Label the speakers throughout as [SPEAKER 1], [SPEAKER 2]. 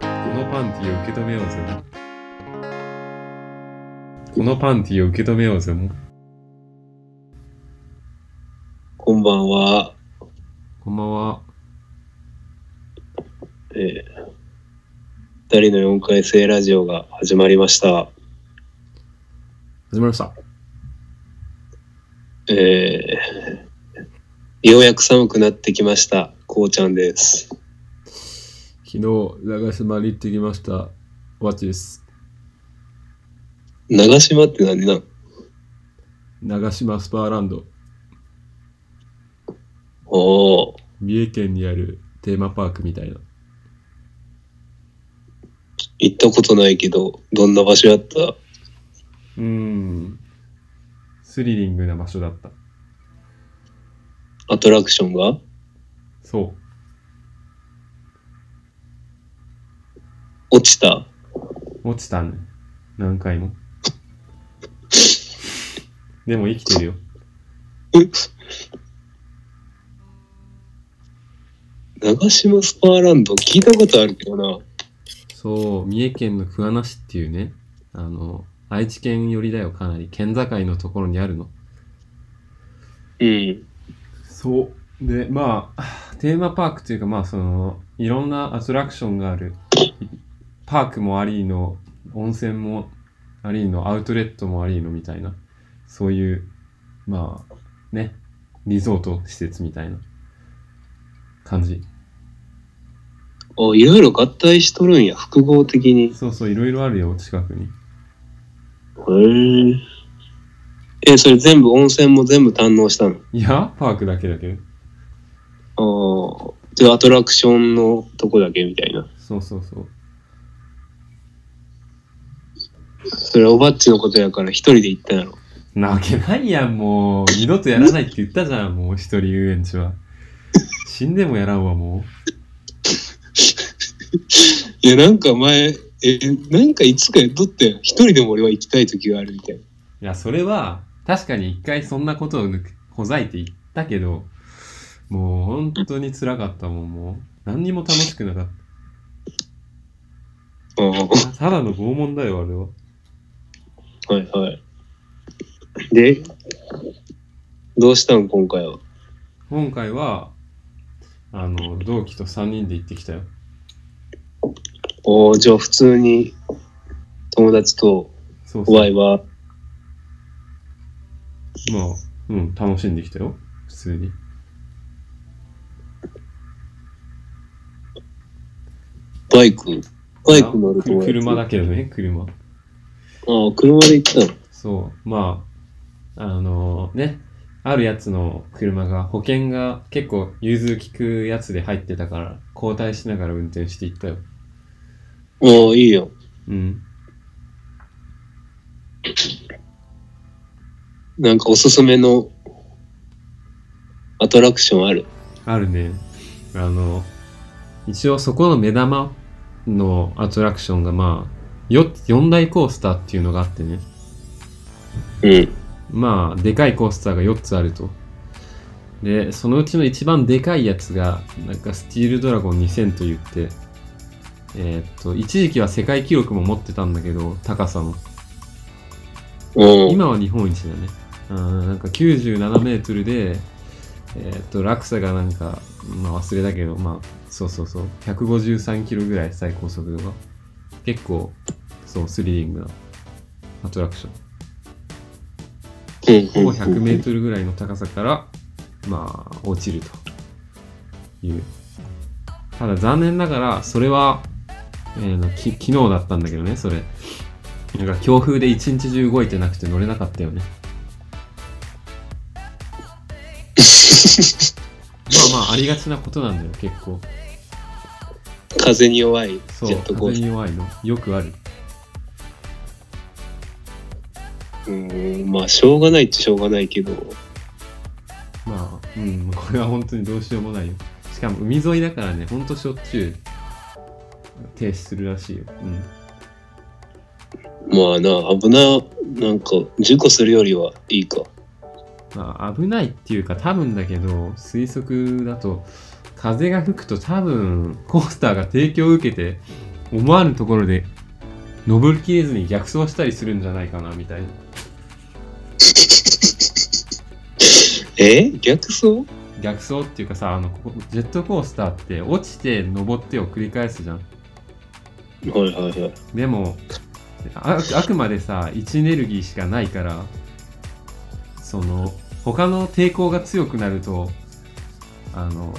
[SPEAKER 1] パンティを受け止めようぜもこのパンティを受け止めようぜも
[SPEAKER 2] こんばんは。
[SPEAKER 1] こんばんは
[SPEAKER 2] えー、二人の4回生ラジオが始まりました。
[SPEAKER 1] 始まりました
[SPEAKER 2] えー、ようやく寒くなってきました。こうちゃんです。
[SPEAKER 1] 昨日長島に行ってきましたわっちです
[SPEAKER 2] 長島って何なん
[SPEAKER 1] 長島スパーランド
[SPEAKER 2] おー、
[SPEAKER 1] 三重県にあるテーマパークみたいな
[SPEAKER 2] 行ったことないけど、どんな場所やった
[SPEAKER 1] うーんスリリングな場所だった
[SPEAKER 2] アトラクションが
[SPEAKER 1] そう
[SPEAKER 2] 落ちた
[SPEAKER 1] 落ちたね何回もでも生きてるよ
[SPEAKER 2] 長島スパーランド聞いたことあるけどな。
[SPEAKER 1] そう三重県の桑名市っていうねあの愛知県寄りだよかなり県境のところにあるの
[SPEAKER 2] うん。
[SPEAKER 1] そうでまあテーマパークというかまあそのいろんなアトラクションがあるパークもありの温泉もありのアウトレットもありのみたいなそういうまあねリゾート施設みたいな感じ
[SPEAKER 2] お、いろいろ合体しとるんや、複合的に。
[SPEAKER 1] そうそういろいろあるよ近くに
[SPEAKER 2] へえ。え、それ全部、温泉も全部堪能したの
[SPEAKER 1] いやパークだけだけど
[SPEAKER 2] ああ。で、アトラクションのとこだけみたいな。
[SPEAKER 1] そうそうそう
[SPEAKER 2] それ、おばっちのことやから一人で行ったんやろ。
[SPEAKER 1] なわけないやん、もう。二度とやらないって言ったじゃん、もう一人遊園地は。死んでもやらんわ、も
[SPEAKER 2] いや、なんか前、え、なんかいつかやっとって、一人でも俺は行きたい時があるみたいな。
[SPEAKER 1] う。いや、それは、確かに一回そんなことを抜くほざいて言ったけど、もう本当に辛かったもん、もう。何にも楽しくなかっ
[SPEAKER 2] あ
[SPEAKER 1] た。ただの拷問だよ、あれは。
[SPEAKER 2] あ、はいはい。で、どうしたん、今回は。
[SPEAKER 1] 今回は、あの、同期と三人で行ってきたよ。
[SPEAKER 2] おーじゃあ普通に友達と
[SPEAKER 1] そうそう。
[SPEAKER 2] ワイは、
[SPEAKER 1] まあ、うん、楽しんできたよ。普通に。
[SPEAKER 2] バイク、バイク乗る友
[SPEAKER 1] く
[SPEAKER 2] 達。
[SPEAKER 1] 車だけどね、車。
[SPEAKER 2] ああ、車で行ったの。
[SPEAKER 1] そう、まあ、あのね、あるやつの車が、保険が結構融通きくやつで入ってたから、交代しながら運転していったよ。
[SPEAKER 2] ああ、いいよ。
[SPEAKER 1] うん。
[SPEAKER 2] なんかおすすめのアトラクションある。
[SPEAKER 1] あるね。あの、一応そこの目玉のアトラクションが、まあ、よ4大コースターっていうのがあってね。
[SPEAKER 2] うん。
[SPEAKER 1] まあ、でかいコースターが4つあると。で、そのうちの一番でかいやつが、なんかスティールドラゴン2000と言って、えーっと、一時期は世界記録も持ってたんだけど、高さも。
[SPEAKER 2] うん。
[SPEAKER 1] 今は日本一だね。うん、なんか97メートルで、えーっと、落差がなんか、まあ忘れたけど、まあ、そうそうそう、153キロぐらい最高速度が。結構、そう、スリリングなアトラクション。
[SPEAKER 2] うん
[SPEAKER 1] ほぼ100メートルぐらいの高さから、まあ、落ちるという。ただ残念ながら、それは、えーのき昨日だったんだけどね、それ。なんか強風で一日中動いてなくて乗れなかったよ ね。まあまあ、ありがちなことなんだよ、結構。
[SPEAKER 2] 風に弱い
[SPEAKER 1] そ
[SPEAKER 2] ジ
[SPEAKER 1] う
[SPEAKER 2] ェッ、トコ
[SPEAKER 1] 風
[SPEAKER 2] ース
[SPEAKER 1] に弱いの。よくある。
[SPEAKER 2] ター。うん。まあ、しょうがないっちゃしょうがないけど。
[SPEAKER 1] まあ、うん、これは本当にどうしようもないよ。しかも海沿いだからね、ほんとしょっちゅう停止するらしいよ。うん。
[SPEAKER 2] まあな、危な、なんか、事故するよりはいいか。
[SPEAKER 1] まあ、危ないっていうか多分だけど推測だと風が吹くと多分コースターが提供を受けて思わぬところで登りきれずに逆走したりするんじゃないかなみたいな
[SPEAKER 2] え逆走
[SPEAKER 1] 逆走っていうかさあのここジェットコースターって落ちて登ってを繰り返すじゃん
[SPEAKER 2] はいはいはい。
[SPEAKER 1] でもああくまでさ1エネルギーしかないからその他の抵抗が強くなるとあの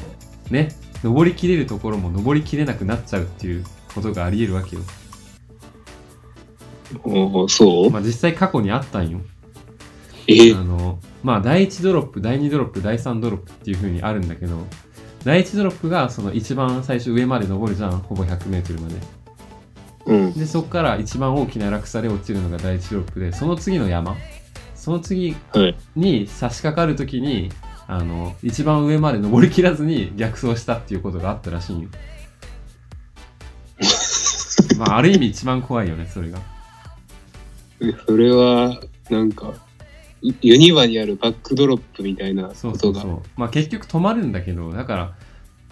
[SPEAKER 1] ね登りきれるところも登りきれなくなっちゃうっていうことがありえるわけよ、
[SPEAKER 2] おお、そう
[SPEAKER 1] まあ、実際過去にあったんよ
[SPEAKER 2] え
[SPEAKER 1] あのまあ第1ドロップ第2ドロップ第3ドロップっていう風にあるんだけど第1ドロップがその一番最初上まで登るじゃんほぼ 100m まで
[SPEAKER 2] うん。
[SPEAKER 1] でそこから一番大きな落差で落ちるのが第1ドロップでその次の山その次
[SPEAKER 2] はい。
[SPEAKER 1] に差し掛かる時にあの一番上まで登りきらずに 逆走したっていうことがあったらしいんよまあある意味一番怖いよねそれが
[SPEAKER 2] それは、なんか、いユニバにあるバックドロップみたいな
[SPEAKER 1] そ
[SPEAKER 2] こ
[SPEAKER 1] うそ
[SPEAKER 2] と
[SPEAKER 1] うそ
[SPEAKER 2] が。
[SPEAKER 1] うまあ結局止まるんだけどだから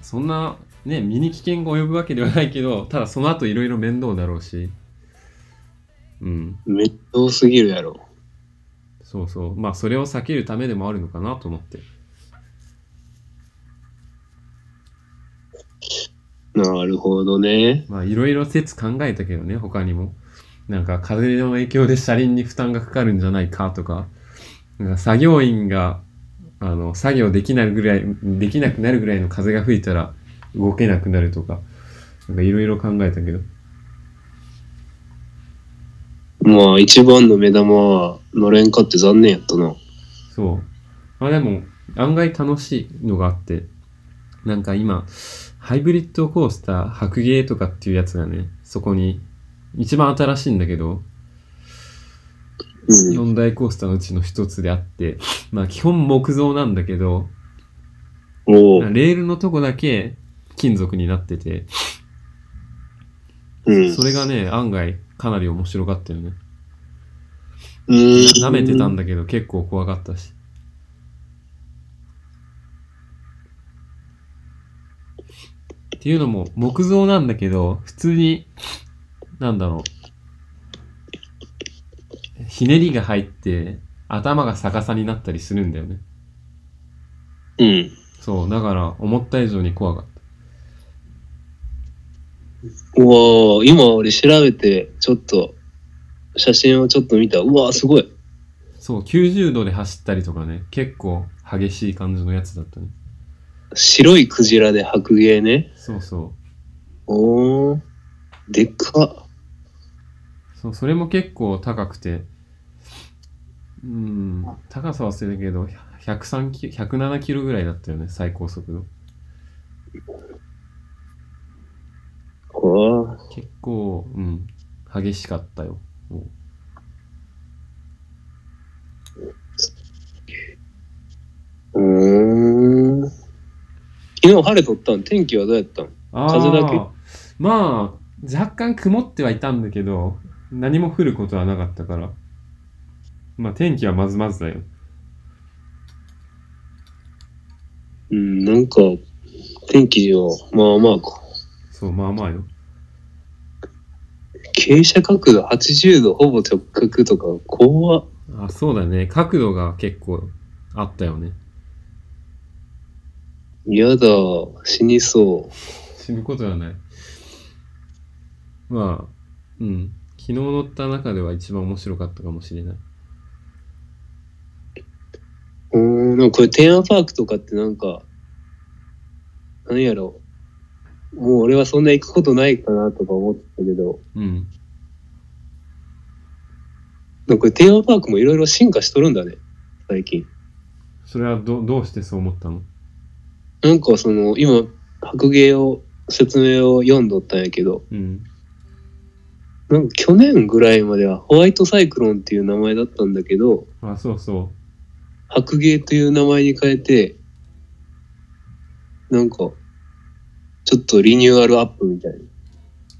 [SPEAKER 1] そんなね身に危険が及ぶわけではないけどただその後いろいろ面倒だろうしうん
[SPEAKER 2] めっちゃ多すぎるやろ。
[SPEAKER 1] そうそうまあそれを避けるためでもあるのかなと思って
[SPEAKER 2] なるほどね。
[SPEAKER 1] まあいろいろ説考えたけどね他にもなんか風の影響で車輪に負担がかかるんじゃないかとかなんか作業員があの作業できないぐらいできなくなるぐらいの風が吹いたら動けなくなるとかなんかいろいろ考えたけど
[SPEAKER 2] まあ、一番の目玉は乗れんかって残念やったな。
[SPEAKER 1] そう。まあでも、案外楽しいのがあって、なんか今、ハイブリッドコースター、白芸とかっていうやつがね、そこに、一番新しいんだけど、
[SPEAKER 2] うん。
[SPEAKER 1] 四大コースターのうちの一つであって、まあ基本木造なんだけど、
[SPEAKER 2] おお。
[SPEAKER 1] レールのとこだけ金属になってて、
[SPEAKER 2] うん。
[SPEAKER 1] それがね、案外かなり面白かったよね。
[SPEAKER 2] 舐
[SPEAKER 1] 舐めてたんだけど結構怖かったし。っていうのも木造なんだけど普通になんだろうひねりが入って頭が逆さになったりするんだよね
[SPEAKER 2] うん。
[SPEAKER 1] そうだから思った以上に怖かっ
[SPEAKER 2] うわー今俺調べて、ちょっと、写真をちょっと見た。うわーすごい。
[SPEAKER 1] たそう90度で走ったりとかね結構激しい感じのやつだったね
[SPEAKER 2] 白いクジラで白芸ね。
[SPEAKER 1] そうそう
[SPEAKER 2] おー。でっか。
[SPEAKER 1] そうそれも結構高くて、うん、高さ忘れたけど、103キロ107キロぐらいだったよね、最高速度。
[SPEAKER 2] わあ。
[SPEAKER 1] 結構、うん、激しかったよ。もう
[SPEAKER 2] うーん。昨日晴れとったん天気はどうやったん
[SPEAKER 1] あ
[SPEAKER 2] 風だけ
[SPEAKER 1] ーまあ、若干曇ってはいたんだけど、何も降ることはなかったから。まあ、天気はまずまずだよ。
[SPEAKER 2] うん、なんか、天気を、まあまあか。
[SPEAKER 1] そう、まあまあよ。
[SPEAKER 2] 傾斜角度80度ほぼ直角とか、怖っ
[SPEAKER 1] あ、そうだね。角度が結構あったよね。
[SPEAKER 2] やだ、死にそ。
[SPEAKER 1] 死ぬことはないまあうん昨日乗った中では一番面白かったかもしれないう
[SPEAKER 2] うーん、なんかこれテーマパークとかってなんか、なんやろ。もう俺はそんな行くことないかなとか思ってたけど、
[SPEAKER 1] うん
[SPEAKER 2] なんかこれテーマパークもいろいろ進化しとるんだね、最近。
[SPEAKER 1] それはどどうしてそう思ったの
[SPEAKER 2] なんかその、今、白芸を、説明を読んどったんやけど、
[SPEAKER 1] うん
[SPEAKER 2] なんか去年ぐらいまではホワイトサイクロンっていう名前だったんだけど、
[SPEAKER 1] あそうそ
[SPEAKER 2] 白芸という名前に変えて、なんか、ちょっとリニューアルアップみたいな。
[SPEAKER 1] う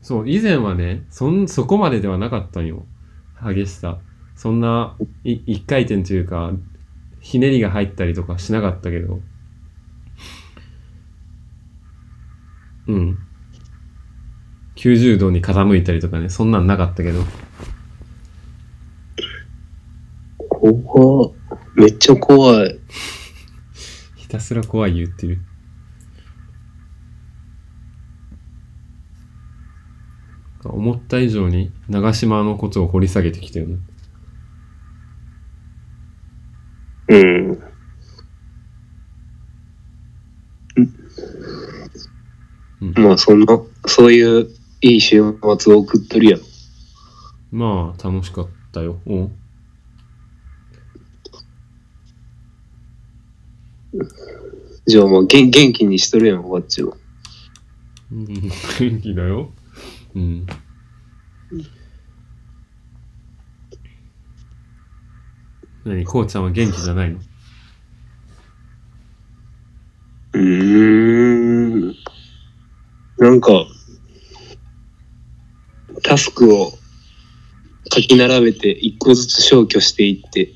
[SPEAKER 1] そう以前はねそんそこまでではなかったんよ激しさそんない一回転というかひねりが入ったりとかしなかったけどうん90度に傾いたりとかね、そんなんなかったけど。
[SPEAKER 2] 怖っめっちゃ怖い。
[SPEAKER 1] ひたすら怖い言ってる。思った以上に長島のことを掘り下げてきたよね。
[SPEAKER 2] うん。ん
[SPEAKER 1] うん
[SPEAKER 2] まあ、そんな、そういういい週末を送っとるやん。
[SPEAKER 1] まあ、楽しかったよ。おう
[SPEAKER 2] じゃあ、まあ、元元気にしとるやん、こっちは。
[SPEAKER 1] うん、元気だよ。うん。何こうちゃんは元気じゃないの
[SPEAKER 2] うーん。なんか、タスクを書き並べて一個ずつ消去していって、っ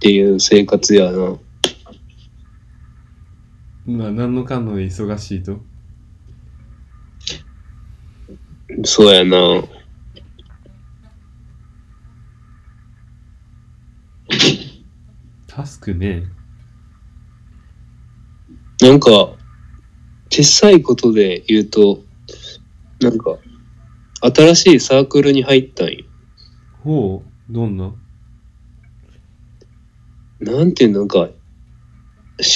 [SPEAKER 2] ていう生活やな。
[SPEAKER 1] まあ、何のかんので忙しいと。
[SPEAKER 2] そうやな。
[SPEAKER 1] タスクね。
[SPEAKER 2] なんか、小さいことで言うと、なんか、新しいサークルに入ったんよ。
[SPEAKER 1] ほう、どんな
[SPEAKER 2] なんていうのなんか、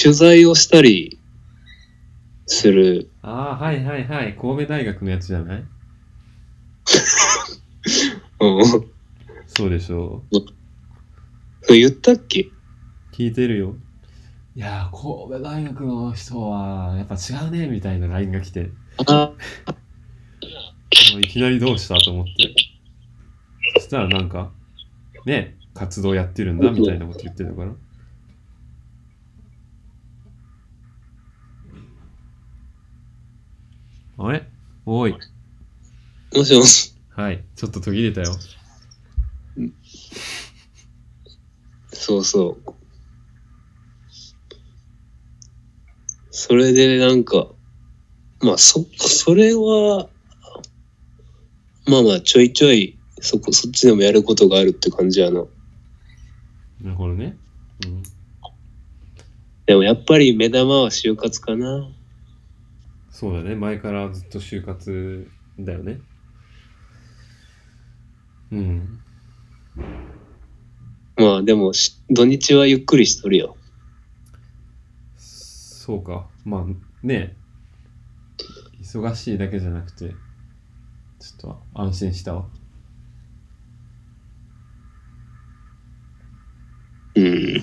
[SPEAKER 2] 取材をしたりする。
[SPEAKER 1] ああ、はいはいはい。神戸大学のやつじゃない
[SPEAKER 2] うん。
[SPEAKER 1] そうでしょ
[SPEAKER 2] 言ったっけ
[SPEAKER 1] う。聞いてるよ。いやー、神戸大学の人は、やっぱ違うね、みたいな LINE が来て、
[SPEAKER 2] あ
[SPEAKER 1] もういきなりどうしたと思って。そしたらなんか、ね、活動やってるんだ、みたいなこと言ってたから。あれおい。
[SPEAKER 2] もしもし。
[SPEAKER 1] はい。ちょっと途切れたよ。
[SPEAKER 2] そうそう。それでなんか、まあそ、それは、まあまあちょいちょい、そこ、そっちでもやることがあるって感じやな。
[SPEAKER 1] なるほどね。うん。
[SPEAKER 2] でもやっぱり目玉は就活かな。
[SPEAKER 1] そうだね前からずっと就活だよねうん
[SPEAKER 2] まあでもし、土日はゆっくりしとるよ。
[SPEAKER 1] そうかまあね忙しいだけじゃなくてちょっと安心したわ
[SPEAKER 2] うん。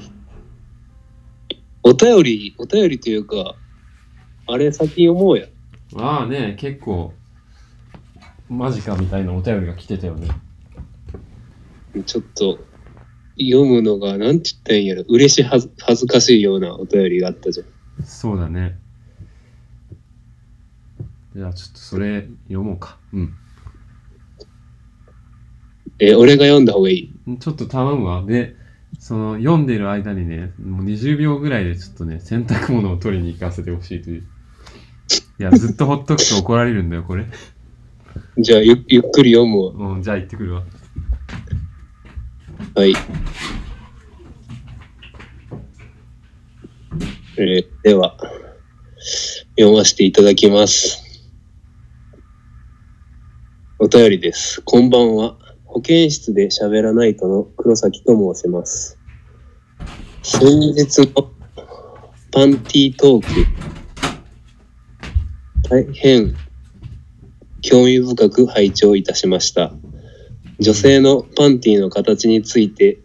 [SPEAKER 2] お便り、お便りというか、あれ先読もうや。
[SPEAKER 1] ああね結構マジかみたいなお便りが来てたよね
[SPEAKER 2] ちょっと読むのがなんて言ったらいいんやろ嬉しいはず恥ずかしいようなお便りがあったじゃん。
[SPEAKER 1] そうだねじゃあちょっとそれ読もうかうん
[SPEAKER 2] えー俺が読んだ方がいい。
[SPEAKER 1] ちょっと頼むわ。で、その読んでる間にね、もう20秒ぐらいでちょっとね、洗濯物を取りに行かせてほしいという。いや、ずっとほっとくと怒られるんだよ、これ。
[SPEAKER 2] じゃあゆゆっくり読むわ。
[SPEAKER 1] うん、じゃあ行ってくるわ。
[SPEAKER 2] はい。えーでは、読ませていただきます。お便りです。こんばんは。保健室で喋らないとの黒崎と申します。先日のパンティートーク、大変興味深く拝聴いたしました。女性のパンティの形について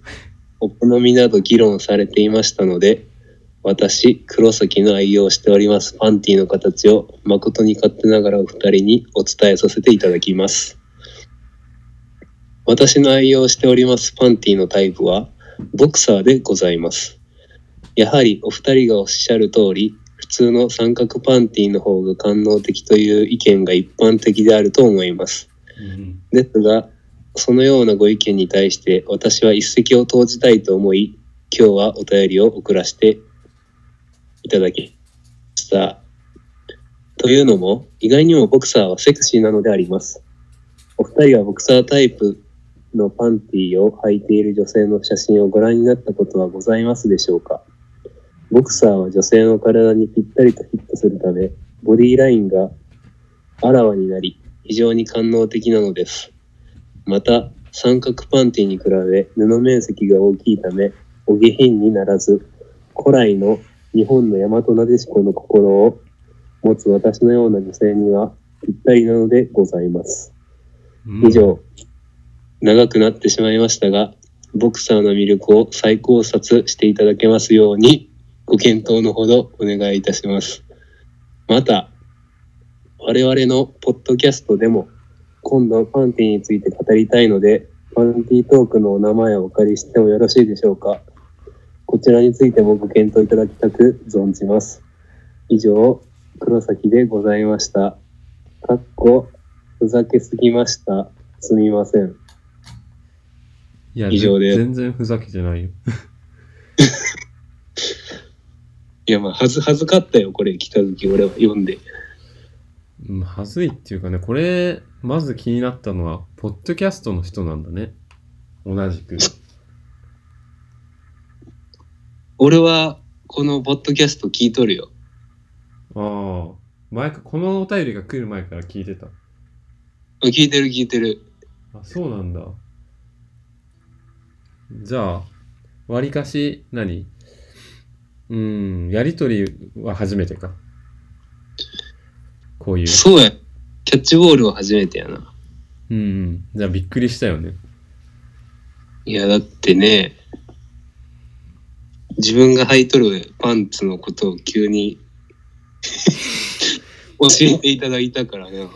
[SPEAKER 2] お好みなど議論されていましたので私黒崎の愛用しておりますパンティの形を誠に勝手ながらお二人にお伝えさせていただきます私の愛用しておりますパンティのタイプはボクサーでございますやはりお二人がおっしゃる通り普通の三角パンティの方が官能的という意見が一般的であると思います
[SPEAKER 1] うん、
[SPEAKER 2] ですが、そのようなご意見に対して私は一石を投じたいと思い、今日はお便りを送らせていただきました。というのも、意外にもボクサーはセクシーなのであります。お二人はボクサータイプのパンティーを履いている女性の写真をご覧になったことはございますでしょうかボクサーは女性の体にぴったりとフィットするため、ボディーラインがあらわになり、非常に官能的なのです。また、三角パンティに比べ布面積が大きいため、お下品にならず、古来の日本の大和なでしこの心を持つ私のような女性にはぴったりなのでございます。
[SPEAKER 1] うん
[SPEAKER 2] 以上、長くなってしまいましたが、ボクサーの魅力を再考察していただけますように、ご検討のほどお願いいたします。また、我々のポッドキャストでも、今度はパンティについて語りたいので、パンティトークのお名前をお借りしてもよろしいでしょうか。こちらについてもご検討いただきたく存じます。以上、黒崎でございました。かっこ、ふざけすぎました。すみません。
[SPEAKER 1] いや
[SPEAKER 2] 以上です
[SPEAKER 1] 全然ふざけてないよ。
[SPEAKER 2] いや、まあ、はず、恥ずかったよ、これ、北月、俺は読んで。
[SPEAKER 1] うんはずいっていうかね、これ、まず気になったのは、ポッドキャストの人なんだね。同じく。
[SPEAKER 2] 俺は、このポッドキャスト聞いとるよ。
[SPEAKER 1] ああ、前か、このお便りが来る前から聞いてた。
[SPEAKER 2] 聞いてる、聞いてる。
[SPEAKER 1] あ、そうなんだ。じゃあ、わりかし何、うん、やりとりは初めてか。こういう。
[SPEAKER 2] そうや。キャッチボールは初めてやな。
[SPEAKER 1] うんうん。じゃあ、びっくりしたよね。
[SPEAKER 2] いや、だってね、自分が履いとるパンツのことを急 に教えていただいたからね。
[SPEAKER 1] い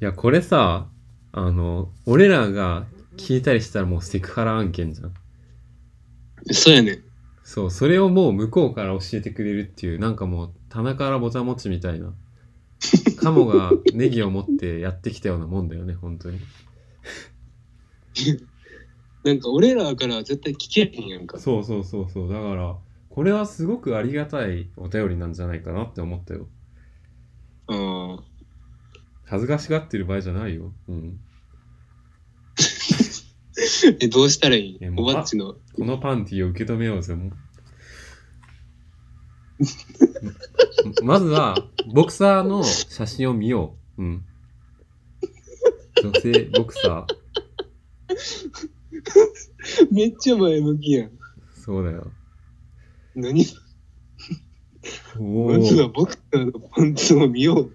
[SPEAKER 1] や、これさ、あの、俺らが聞いたりしたらもうセクハラ案件じゃん。
[SPEAKER 2] そうやねん。
[SPEAKER 1] そう、それをもう向こうから教えてくれるっていう、なんかもう棚からぼたもちみたいな。カモがネギを持ってやってきたようなもんだよね、本当に。
[SPEAKER 2] なんか俺らからは絶対聞けへんやんか。
[SPEAKER 1] そうそうそうそう。だから、これはすごくありがたいお便りなんじゃないかなって思ったよ。
[SPEAKER 2] うん。
[SPEAKER 1] 恥ずかしがってる場合じゃないよ。うん。
[SPEAKER 2] え、どうしたらいい
[SPEAKER 1] え
[SPEAKER 2] お
[SPEAKER 1] もう
[SPEAKER 2] ばっちの。
[SPEAKER 1] このパンティを受け止めようぜ、もう。 まずは、ボクサーの写真を見よう。うん。女性ボクサー。
[SPEAKER 2] めっちゃ前向きやん。
[SPEAKER 1] そうだよ。
[SPEAKER 2] 何
[SPEAKER 1] お
[SPEAKER 2] まずはボクサーのパンツを見よう。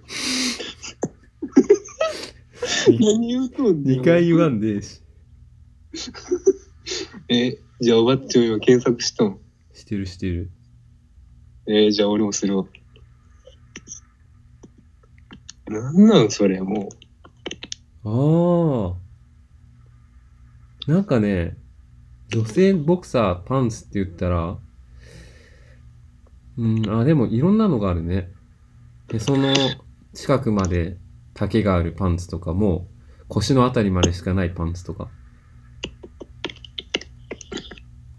[SPEAKER 2] 何言うとんねん
[SPEAKER 1] 2回言わんでえし。
[SPEAKER 2] え、じゃあおばっちも今検索したん。
[SPEAKER 1] してるしてる。
[SPEAKER 2] えーじゃあ俺もするわ。なんなんそれ、も
[SPEAKER 1] ああ。なんかね、女性ボクサーパンツって言ったら、うん、あ、でもいろんなのがあるね。へその近くまで丈があるパンツとかも、腰のあたりまでしかないパンツとか。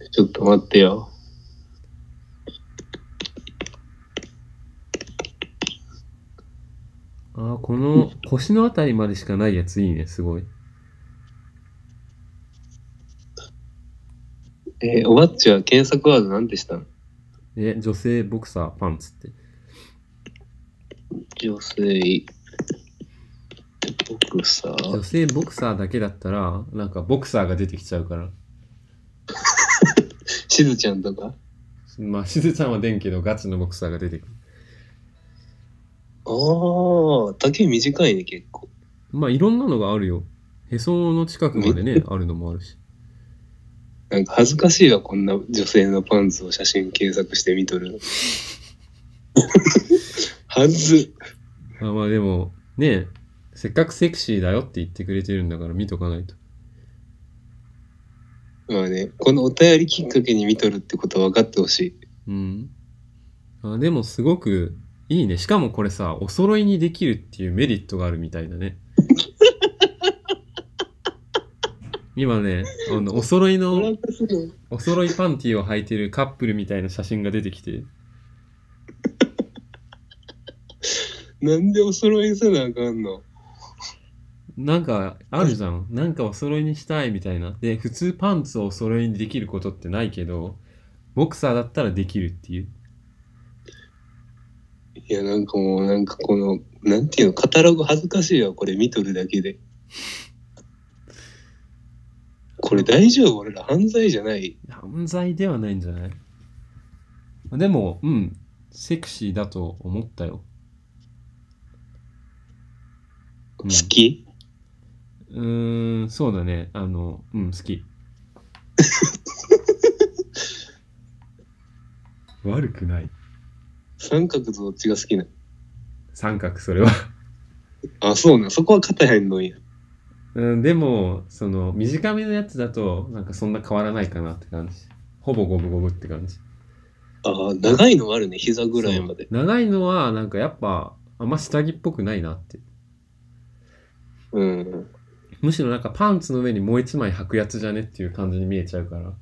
[SPEAKER 2] う。ちょっと待ってよ。
[SPEAKER 1] ああ、この腰のあたりまでしかないやついいね、すごい。
[SPEAKER 2] えーおばっちは検索ワードなんてしたん
[SPEAKER 1] え、女性ボクサーパンツって。
[SPEAKER 2] 女性、ボクサー
[SPEAKER 1] 女。性ボクサーだけだったら、なんかボクサーが出てきちゃうから。
[SPEAKER 2] しずちゃんとか
[SPEAKER 1] まあ、しずちゃんは出んけど、ガチのボクサーが出てくる。
[SPEAKER 2] ああ、丈短いね、結構。
[SPEAKER 1] まあいろんなのがあるよ。へその近くまでね、あるのもあるし。
[SPEAKER 2] なんか恥ずかしいわ、こんな女性のパンツを写真検索して見とるの。はず。
[SPEAKER 1] あまあでも、ねせっかくセクシーだよって言ってくれてるんだから見とかないと。
[SPEAKER 2] まあね、このお便りきっかけに見とるってことは分かってほしい。
[SPEAKER 1] うん。あでもすごくいいね。しかもこれさ、お揃いにできるっていうメリットがあるみたいだね。今ね、あの、お揃いの、お揃いパンティを履いてるカップルみたいな写真が出てきて、
[SPEAKER 2] なんでお揃いにせなあかんの
[SPEAKER 1] なんかあるじゃん。なんかお揃いにしたいみたいな。で、普通パンツをお揃いにできることってないけど、ボクサーだったらできるっていう。
[SPEAKER 2] いや、なんかもう、なんかこの、なんていうの、カタログ恥ずかしいわ、これ見とるだけで。これ大丈夫俺ら犯罪じゃない
[SPEAKER 1] 犯罪ではないんじゃないでも、うん、セクシーだと思ったよ。うん
[SPEAKER 2] 好き、
[SPEAKER 1] うーん、そうだね。あの、うん、好き。悪くない。
[SPEAKER 2] 三角とどっちが好きなの
[SPEAKER 1] 三角、それは。
[SPEAKER 2] あ、そうなん、そこは肩入んのんや。
[SPEAKER 1] うん、でも、その、短めのやつだと、なんかそんな変わらないかなって感じ。ほぼ五分五分って感じ。
[SPEAKER 2] ああ、長いのもあるね、膝ぐらいまで。
[SPEAKER 1] そう長いのは、なんかやっぱ、あんま下着っぽくないなって。
[SPEAKER 2] うん。
[SPEAKER 1] むしろなんかパンツの上にもう一枚履くやつじゃねっていう感じに見えちゃうから。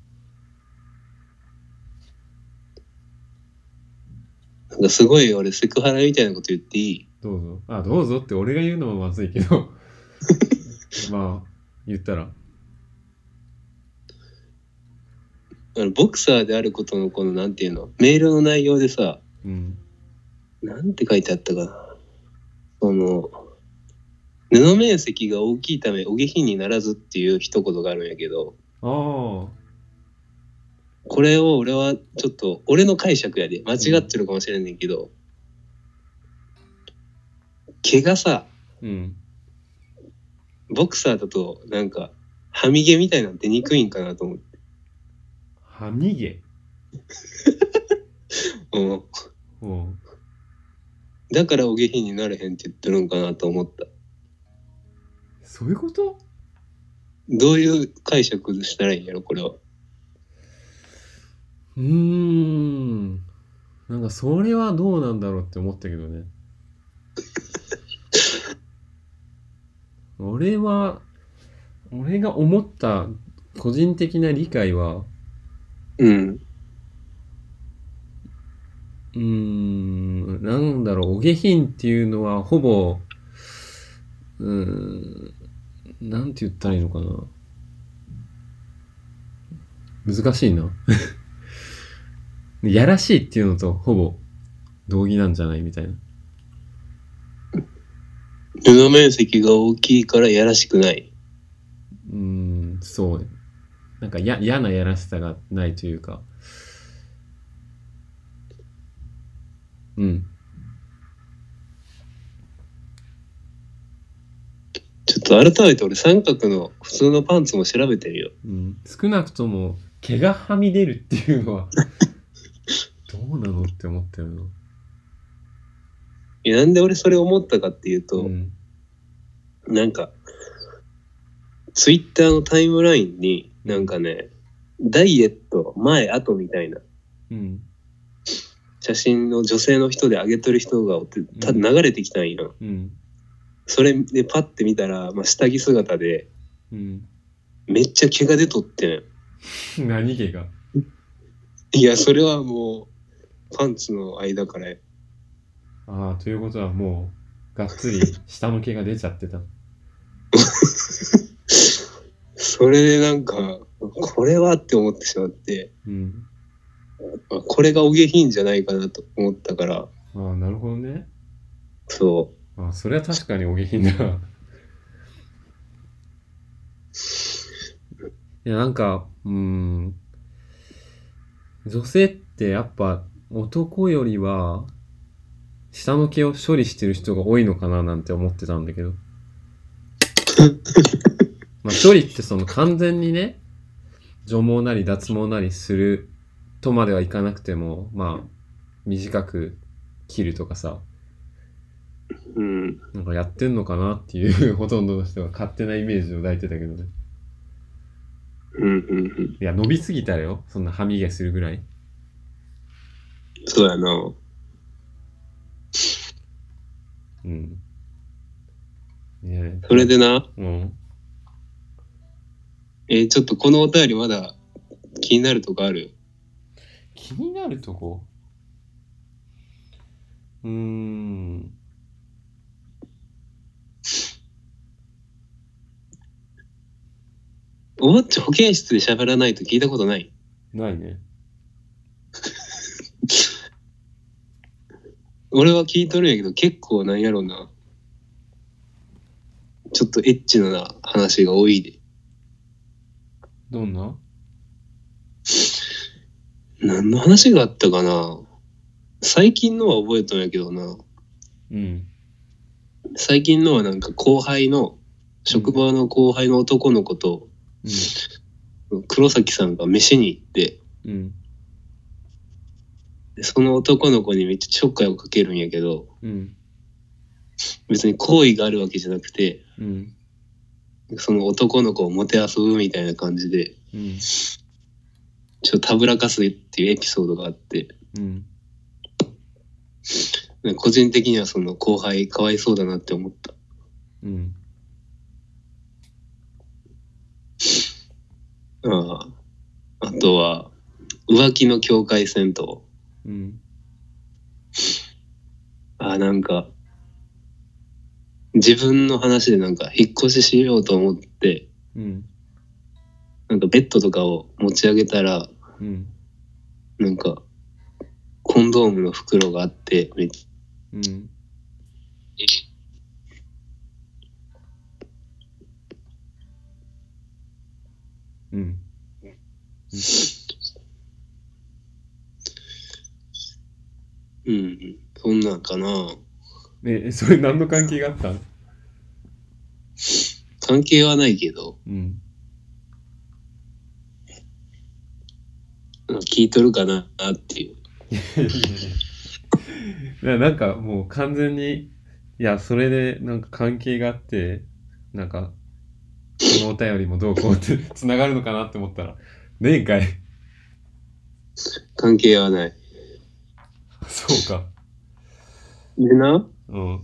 [SPEAKER 2] なんかすごい俺セクハラみたいなこと言っていい
[SPEAKER 1] どうぞ。あ、どうぞって俺が言うのもまずいけど。 まあ、言ったら。
[SPEAKER 2] あのボクサーであることのこの、なんていうの、メールの内容でさ、
[SPEAKER 1] うん。
[SPEAKER 2] なんて書いてあったかな。その、布面積が大きいため、お下品にならずっていう一言があるんやけど、
[SPEAKER 1] あ
[SPEAKER 2] これを俺はちょっと、俺の解釈やで、間違ってるかもしれんねんけど、毛がさ、
[SPEAKER 1] あ。うん。
[SPEAKER 2] ボクサーだと、なんか、はみ毛みたいなん出にくいんかなと思って。
[SPEAKER 1] はみげ。
[SPEAKER 2] うん。
[SPEAKER 1] おう
[SPEAKER 2] だからお下品になれへんって言ってるんかなと思った。
[SPEAKER 1] そういうこと
[SPEAKER 2] どういう解釈したらいいんやろ、これは。
[SPEAKER 1] うーん。なんかそれはどうなんだろうって思ったけどね。 俺は、俺が思った個人的な理解は、
[SPEAKER 2] うん。
[SPEAKER 1] うーん、なんだろう、お下品っていうのはほぼ、うーん、なんて言ったらいいのかな。難しいな。 やらしいっていうのとほぼ同義なんじゃないみたいな。
[SPEAKER 2] 布面積が大きいからやらしくない。
[SPEAKER 1] うーん、そう。なんかや嫌なやらしさがないというか。うん。
[SPEAKER 2] ちょっと改めて俺三角の普通のパンツも調べてみよ
[SPEAKER 1] うん、少なくとも毛がはみ出るっていうのはどうなのって思ったよな。
[SPEAKER 2] う。いやなんで俺それ思ったかっていうと、
[SPEAKER 1] うん、
[SPEAKER 2] なんか、ツイッターのタイムラインになんかね、ダイエット前後みたいな
[SPEAKER 1] うん、
[SPEAKER 2] 写真の女性の人で上げとる人がおってた
[SPEAKER 1] うん
[SPEAKER 2] 流れてきたんや。
[SPEAKER 1] うん、
[SPEAKER 2] それでパッて見たら、まあ、下着姿で
[SPEAKER 1] うん。
[SPEAKER 2] めっちゃ毛が出とってん。
[SPEAKER 1] 何毛が
[SPEAKER 2] いや、それはもうパンツの間からや
[SPEAKER 1] ああ、ということはもう、がっつり下の毛が出ちゃってた。
[SPEAKER 2] それでなんか、これはって思ってしまって、
[SPEAKER 1] うん。
[SPEAKER 2] あこれがお下品じゃないかなと思ったから、
[SPEAKER 1] ああ、なるほどね。
[SPEAKER 2] そ
[SPEAKER 1] ああ、それは確かにお下品だな。いや、なんか、うーん。女性ってやっぱ男よりは下の毛を処理してる人が多いのかななんて思ってたんだけど。まあ処理ってその完全にね、除毛なり脱毛なりするとまではいかなくても、まあ短く切るとかさ、
[SPEAKER 2] う。うん。
[SPEAKER 1] なんかやってんのかなっていうほとんどの人が勝手なイメージを抱いてたけどね。
[SPEAKER 2] うんうんうん。
[SPEAKER 1] いや、伸びすぎたらよ。そんな歯磨きするぐらい。
[SPEAKER 2] そうやな。
[SPEAKER 1] うん。いや
[SPEAKER 2] それ。でな、
[SPEAKER 1] うん。
[SPEAKER 2] えーちょっとこのお便りまだ気になるとこある
[SPEAKER 1] 気になるとこうーん。
[SPEAKER 2] おもっち保健室で喋らないと聞いたことない。
[SPEAKER 1] ないね。
[SPEAKER 2] 俺は聞いとるんやけど、結構なんやろうな。ちょっとエッチな話が多いで。
[SPEAKER 1] どんな
[SPEAKER 2] 何の話があったかな最近のは覚えとんやけどな。
[SPEAKER 1] うん。
[SPEAKER 2] 最近のはなんか後輩の、職場の後輩の男の子と、黒崎さんが飯に行って、
[SPEAKER 1] うん。うん。
[SPEAKER 2] でその男の子にめっちゃちょっかいをかけるんやけど、
[SPEAKER 1] うん。
[SPEAKER 2] 別に好意があるわけじゃなくて、
[SPEAKER 1] うん。
[SPEAKER 2] その男の子をもてあそぶみたいな感じで、
[SPEAKER 1] うん。
[SPEAKER 2] ちょっとたぶらかすっていうエピソードがあって、
[SPEAKER 1] うん。
[SPEAKER 2] 個人的にはその後輩かわいそうだなって思った。
[SPEAKER 1] うん。
[SPEAKER 2] あああとは、浮気の境界線と、
[SPEAKER 1] うん。
[SPEAKER 2] ああなんか、自分の話でなんか引っ越ししようと思って、
[SPEAKER 1] うん。
[SPEAKER 2] なんかベッドとかを持ち上げたら、
[SPEAKER 1] うん。
[SPEAKER 2] なんか、コンドームの袋があって、めっち
[SPEAKER 1] うん。うん。
[SPEAKER 2] ゃうん、そんなんかな。
[SPEAKER 1] え、えそれ何の関係があった
[SPEAKER 2] 関係はないけど、
[SPEAKER 1] うん。
[SPEAKER 2] なんか聞いとるかなってい う。
[SPEAKER 1] ななんかもう完全に、いや、それでなんか関係があって、なんか、このお便りもどうこうって 繋がるのかなって思ったら、ねえんかい。
[SPEAKER 2] 関係はない。
[SPEAKER 1] そうか。
[SPEAKER 2] でな、
[SPEAKER 1] うん。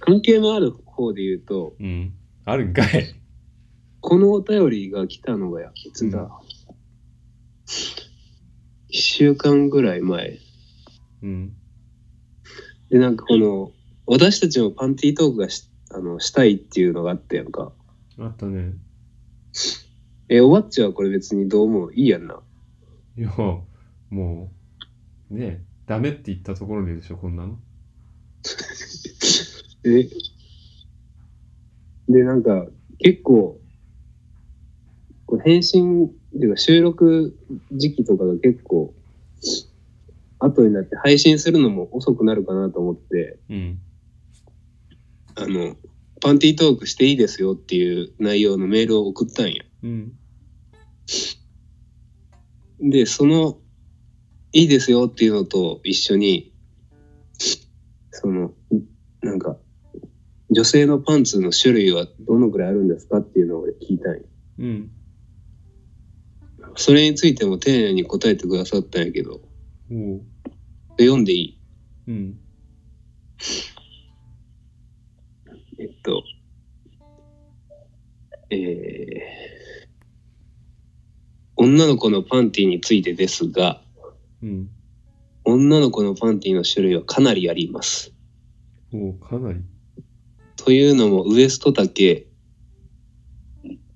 [SPEAKER 2] 関係のある方で言うと、
[SPEAKER 1] うん。あるんかい。
[SPEAKER 2] このお便りが来たのがや、いつ
[SPEAKER 1] うん
[SPEAKER 2] だ一週間ぐらい前。
[SPEAKER 1] うん。
[SPEAKER 2] で、なんかこの、私たちもパンティートークがしあのしたいっていうのがあったやんか。
[SPEAKER 1] あったね。
[SPEAKER 2] え、おばっちはこれ別にどう思ういいやんな。
[SPEAKER 1] いや、もう、ねえ、ダメって言ったところででしょ、こんなの。
[SPEAKER 2] え、で、なんか、結構、こう返信っていうか収録時期とかが結構、後になって配信するのも遅くなるかなと思って、
[SPEAKER 1] うん。
[SPEAKER 2] あの、パンティートークしていいですよっていう内容のメールを送ったんや。
[SPEAKER 1] うん。
[SPEAKER 2] で、その、いいですよっていうのと一緒に、その、なんか、女性のパンツの種類はどのくらいあるんですかっていうのを俺聞いたんや。
[SPEAKER 1] うん。
[SPEAKER 2] それについても丁寧に答えてくださったんやけど、
[SPEAKER 1] おう。
[SPEAKER 2] 読んでいい
[SPEAKER 1] うん。
[SPEAKER 2] えっと、えー、女の子のパンティについてですが、
[SPEAKER 1] うん。
[SPEAKER 2] 女の子のパンティの種類はかなりあります。
[SPEAKER 1] おう、かなり。
[SPEAKER 2] というのも、ウエスト丈、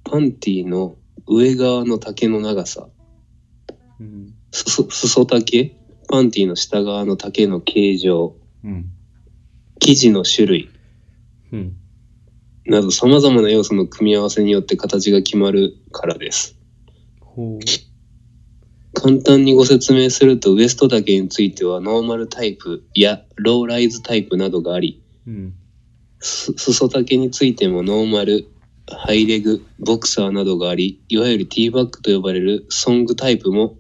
[SPEAKER 2] パンティの上側の丈の長さ、
[SPEAKER 1] うん。
[SPEAKER 2] 裾裾丈、パンティの下側の丈の形状、
[SPEAKER 1] うん。
[SPEAKER 2] 生地の種類、
[SPEAKER 1] うん。
[SPEAKER 2] など様々な要素の組み合わせによって形が決まるからです。
[SPEAKER 1] ほう。
[SPEAKER 2] 簡単にご説明するとウエスト丈についてはノーマルタイプやローライズタイプなどがあり、
[SPEAKER 1] うん。
[SPEAKER 2] す裾丈についてもノーマル、ハイレグ、ボクサーなどがあり、いわゆるティーバッグと呼ばれるソングタイプも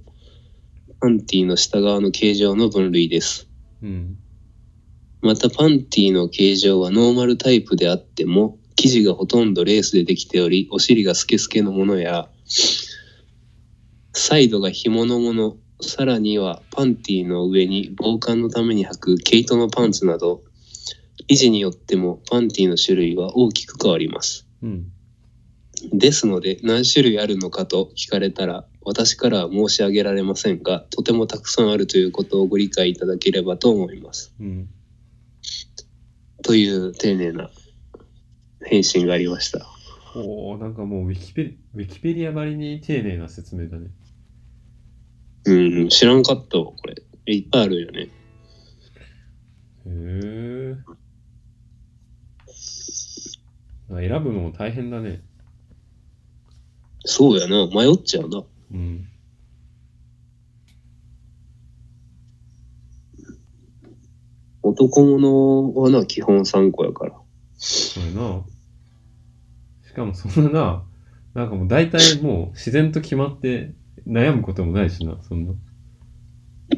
[SPEAKER 2] パンティの下側の形状の分類です。
[SPEAKER 1] うん。
[SPEAKER 2] またパンティの形状はノーマルタイプであっても生地がほとんどレースでできておりお尻がスケスケのものやサイドが紐のものさらにはパンティの上に防寒のために履く毛糸のパンツなど生地によってもパンティの種類は大きく変わります
[SPEAKER 1] うん。
[SPEAKER 2] ですので何種類あるのかと聞かれたら私からは申し上げられませんがとてもたくさんあるということをご理解いただければと思います
[SPEAKER 1] うん。
[SPEAKER 2] という丁寧な返信がありました。
[SPEAKER 1] おおなんかもうウィキペリウィキペリアばりに丁寧な説明だね。
[SPEAKER 2] うん、知らんかったわ、これ。いっぱいあるよね。
[SPEAKER 1] へえ。選ぶのも大変だね。
[SPEAKER 2] そうやな、迷っちゃうな。
[SPEAKER 1] うん。
[SPEAKER 2] 男物はな、基本3個やから。
[SPEAKER 1] そうやな。しかもそんなな、なんかもう大体もう自然と決まって悩むこともないしな、そんな。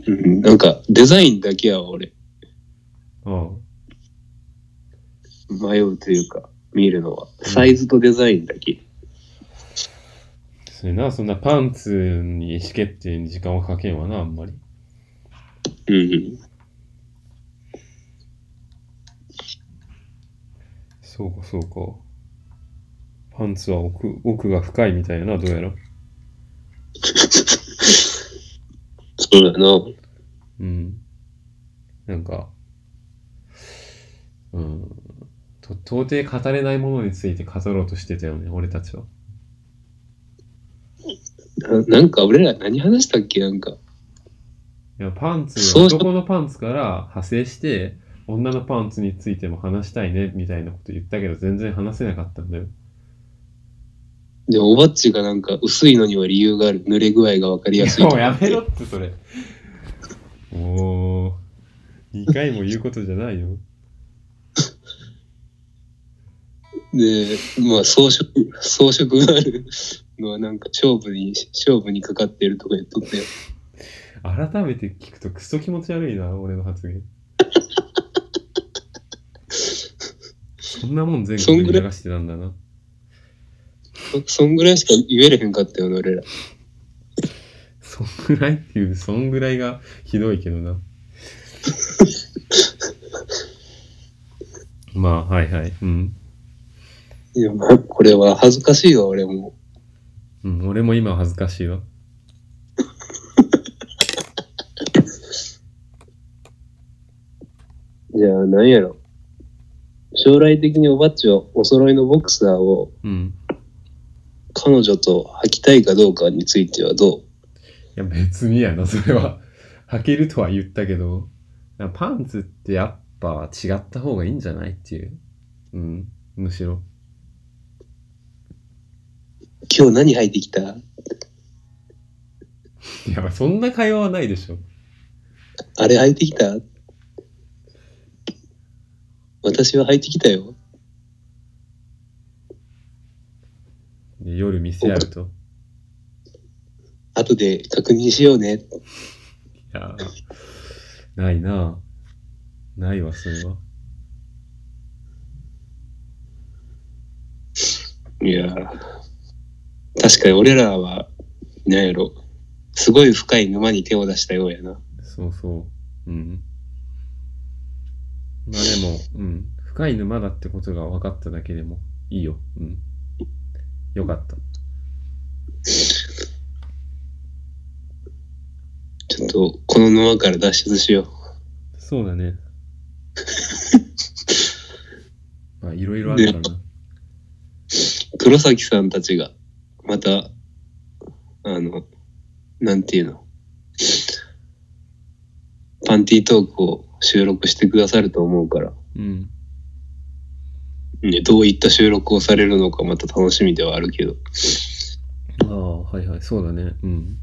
[SPEAKER 2] うん、なんか、デザインだけやわ、俺。
[SPEAKER 1] ああ。
[SPEAKER 2] 迷うというか、見るのは。サイズとデザインだけ。
[SPEAKER 1] それな、そんなパンツに意思決定に時間をかけんわな、あんまり。
[SPEAKER 2] うんうん。
[SPEAKER 1] そうか、そうか。パンツは奥奥が深いみたいやな、どうやら。
[SPEAKER 2] そうやな。
[SPEAKER 1] うん。なんか、うん。と到底語れないものについて語ろうとしてたよね、俺たちは。
[SPEAKER 2] ななんか俺ら何話したっけなんか。
[SPEAKER 1] いや、パンツ
[SPEAKER 2] そ、うそう
[SPEAKER 1] 男のパンツから派生して、女のパンツについても話したいね、みたいなこと言ったけど、全然話せなかったんだよ。
[SPEAKER 2] でも、おばっちがなんか薄いのには理由がある。濡れ具合がわかりやすい。
[SPEAKER 1] もうやめろって、それ。おー、2回も言うことじゃないよ。
[SPEAKER 2] で、まあ装飾、装飾があるのはなんか勝負に、勝負にかかってるとか言っとったよ。
[SPEAKER 1] 改めて聞くとクソ気持ち悪いな、俺の発 言。そんなもん全国に流してたんだな。
[SPEAKER 2] そそんぐらいしか言えれへんかったよね、俺ら。
[SPEAKER 1] そんぐらいっていう、そんぐらいがひどいけどな。まあ、はいはい。うん。
[SPEAKER 2] いや、まあ、これは恥ずかしいわ、俺も。
[SPEAKER 1] うん、俺も今恥ずかしいわ。
[SPEAKER 2] じゃあ、なんやろ。将来的におばっちはお揃いのボクサーを
[SPEAKER 1] うん。
[SPEAKER 2] 彼女と履きたいかどうかについてはどう
[SPEAKER 1] いや、別にやな、それは。履けるとは言ったけど、パンツってやっぱ違った方がいいんじゃないっていう。うん、むしろ。
[SPEAKER 2] 今日何履いてきた
[SPEAKER 1] いや、そんな会話はないでしょ。
[SPEAKER 2] あれ履いてきた私は履いてきたよ。
[SPEAKER 1] で夜店やると。
[SPEAKER 2] 後で確認しようね。
[SPEAKER 1] いやー、ないな。ないわ、それは。
[SPEAKER 2] いやー確かに俺らは、なんやろ。すごい深い沼に手を出したようやな。
[SPEAKER 1] そうそう。 うん。まあでも、うん。深い沼だってことが分かっただけでもいいよ。うん。よかった。
[SPEAKER 2] ちょっと、この沼から脱出しよ
[SPEAKER 1] そうだね。 まあ、いろいろあるからな。
[SPEAKER 2] う。黒崎さんたちが、また、あの、なんていうの。パンティートークを収録してくださると思うから、
[SPEAKER 1] うん。
[SPEAKER 2] ね、どういった収録をされるのかまた楽しみではあるけど。
[SPEAKER 1] ああ、はいはい、そうだね。うん。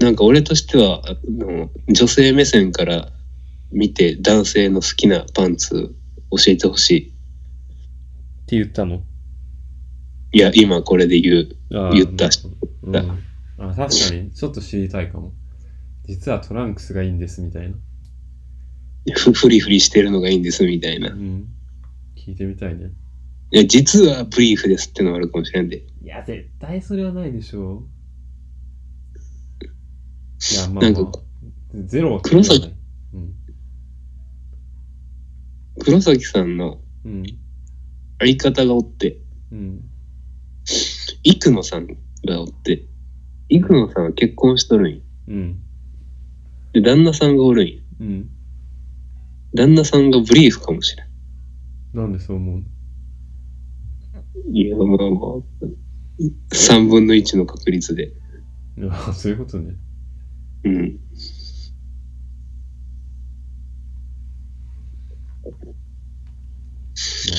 [SPEAKER 2] なんか俺としてはあの女性目線から見て男性の好きなパンツ教えてほし
[SPEAKER 1] って言ったの
[SPEAKER 2] い。いや、今これで言う。
[SPEAKER 1] ああ
[SPEAKER 2] 言ったし
[SPEAKER 1] うん、あ確かに、ちょっと知りたいかも。実はトランクスがいいんですみたいな。
[SPEAKER 2] ふフリフリしてるのがいいんですみたいな。
[SPEAKER 1] う
[SPEAKER 2] い
[SPEAKER 1] ん。聞いてみたいね。
[SPEAKER 2] や実はブリーフですってのがあるかもしれんで。
[SPEAKER 1] いや、絶対それはないでしょう。いや、まあ、
[SPEAKER 2] なん
[SPEAKER 1] ま
[SPEAKER 2] か
[SPEAKER 1] あ、ゼロは
[SPEAKER 2] 黒崎
[SPEAKER 1] ない。うん。
[SPEAKER 2] 黒崎さんの
[SPEAKER 1] うん。
[SPEAKER 2] 相方がおって、
[SPEAKER 1] うん。
[SPEAKER 2] 幾野さんがおって、幾野さんは結婚しとるんよ
[SPEAKER 1] うん。
[SPEAKER 2] で、旦那さんがおるんよ
[SPEAKER 1] うん。
[SPEAKER 2] 旦那さんがブリーフかもしれん。
[SPEAKER 1] なんでそう思うの
[SPEAKER 2] いや、まあまあ、3分の1の確率で。
[SPEAKER 1] あ そういうことね。
[SPEAKER 2] うん。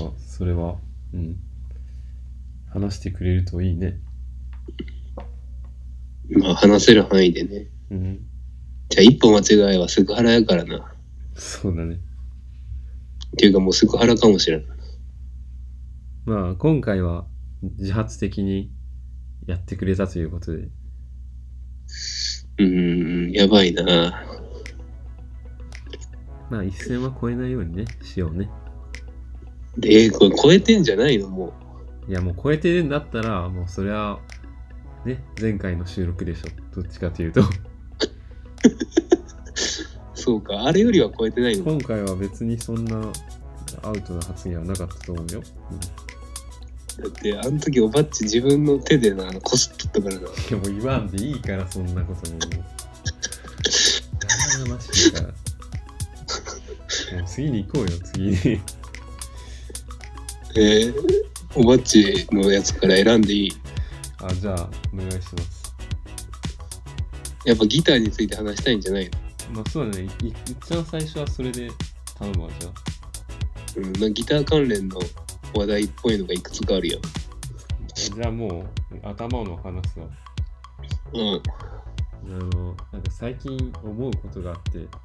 [SPEAKER 1] まあ、それは、うん。話してくれるといいね。
[SPEAKER 2] まあ、話せる範囲でね。
[SPEAKER 1] うん。
[SPEAKER 2] じゃあ、一歩間違えはセクハラやからな。
[SPEAKER 1] そうだね。
[SPEAKER 2] っていうか、もうセクハラかもしれない。
[SPEAKER 1] まあ、今回は自発的にやってくれたということで。
[SPEAKER 2] うーん、やばいな。
[SPEAKER 1] まあ、一線は超えないようにね、しようね。
[SPEAKER 2] で、これ超えてんじゃないのも
[SPEAKER 1] いや、もう超えてるんだったら、もうそれは、ね、前回の収録でしょ。どっちかというと。
[SPEAKER 2] う。そうか、あれよりは超えてないの
[SPEAKER 1] 今回は別にそんなアウトな発言はなかったと思うよ。うん
[SPEAKER 2] だって、あの時おばっち自分の手でな、あのこすっとったからな。
[SPEAKER 1] いやもう言わんでいいからそんなこともう。生々しいから。もう次に行こうよ、次に。
[SPEAKER 2] えー、おばっちのやつから選んでいい
[SPEAKER 1] あ、じゃあ、お願いします。
[SPEAKER 2] やっぱギターについて話したいんじゃないの
[SPEAKER 1] まあそうだね、い一番最初はそれで頼むわ、じゃあ。
[SPEAKER 2] うん、なんかギター関連の話題っぽいのがいくつかあるやん。
[SPEAKER 1] じゃあもう、頭の話すわ。
[SPEAKER 2] うん。
[SPEAKER 1] あの、なんか最近思うことがあって、なんか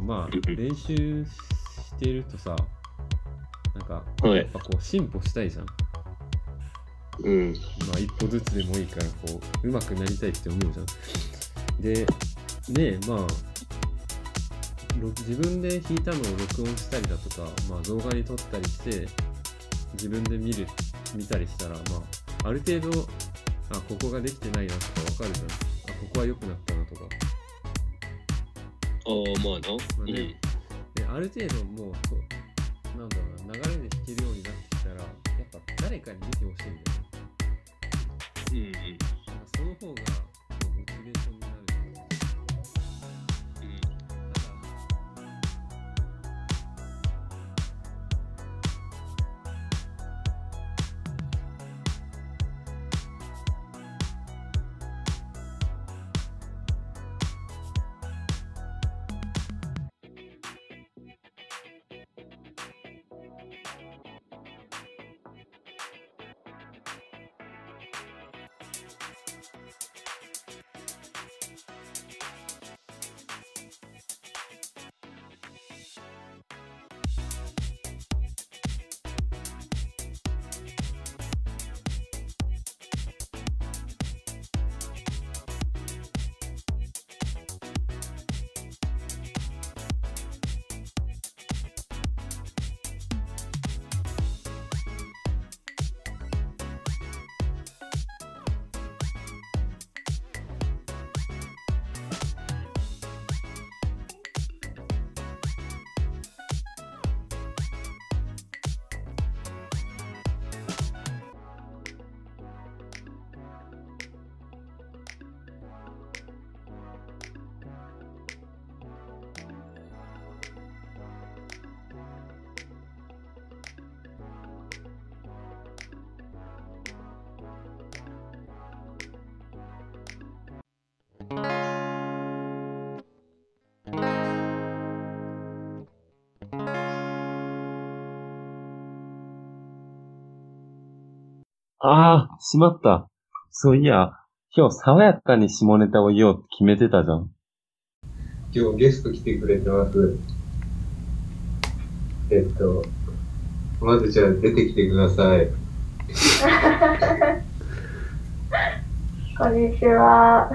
[SPEAKER 1] まあ、練習してるとさ、なんか、
[SPEAKER 2] は
[SPEAKER 1] やっ
[SPEAKER 2] い。
[SPEAKER 1] ぱこう、進歩したいじゃん。
[SPEAKER 2] うん。
[SPEAKER 1] まあ、一歩ずつでもいいからこう上手くなりたいって思うじゃん。でねまあろ自分で弾いたのを録音したりだとか、まあ、動画に撮ったりして自分で見る見たりしたら、まあ、ある程度あここができてないなとかわかるじゃん。あここは良くなったなとか。
[SPEAKER 2] ああ、まあな。
[SPEAKER 1] まあねである程度もうそうなんだろうな流れで弾けるようになってきたらやっぱ誰かに見てほしいんだよね。
[SPEAKER 2] うん。うんうん。
[SPEAKER 1] なんかその方がこうモチベーションになる。ああ、しまった。そういや、今日爽やかに下ネタを言おうって決めてたじゃん。
[SPEAKER 3] 今日ゲスト来てくれてます。えっと、まずじゃあ出てきてください。
[SPEAKER 4] こんにちは。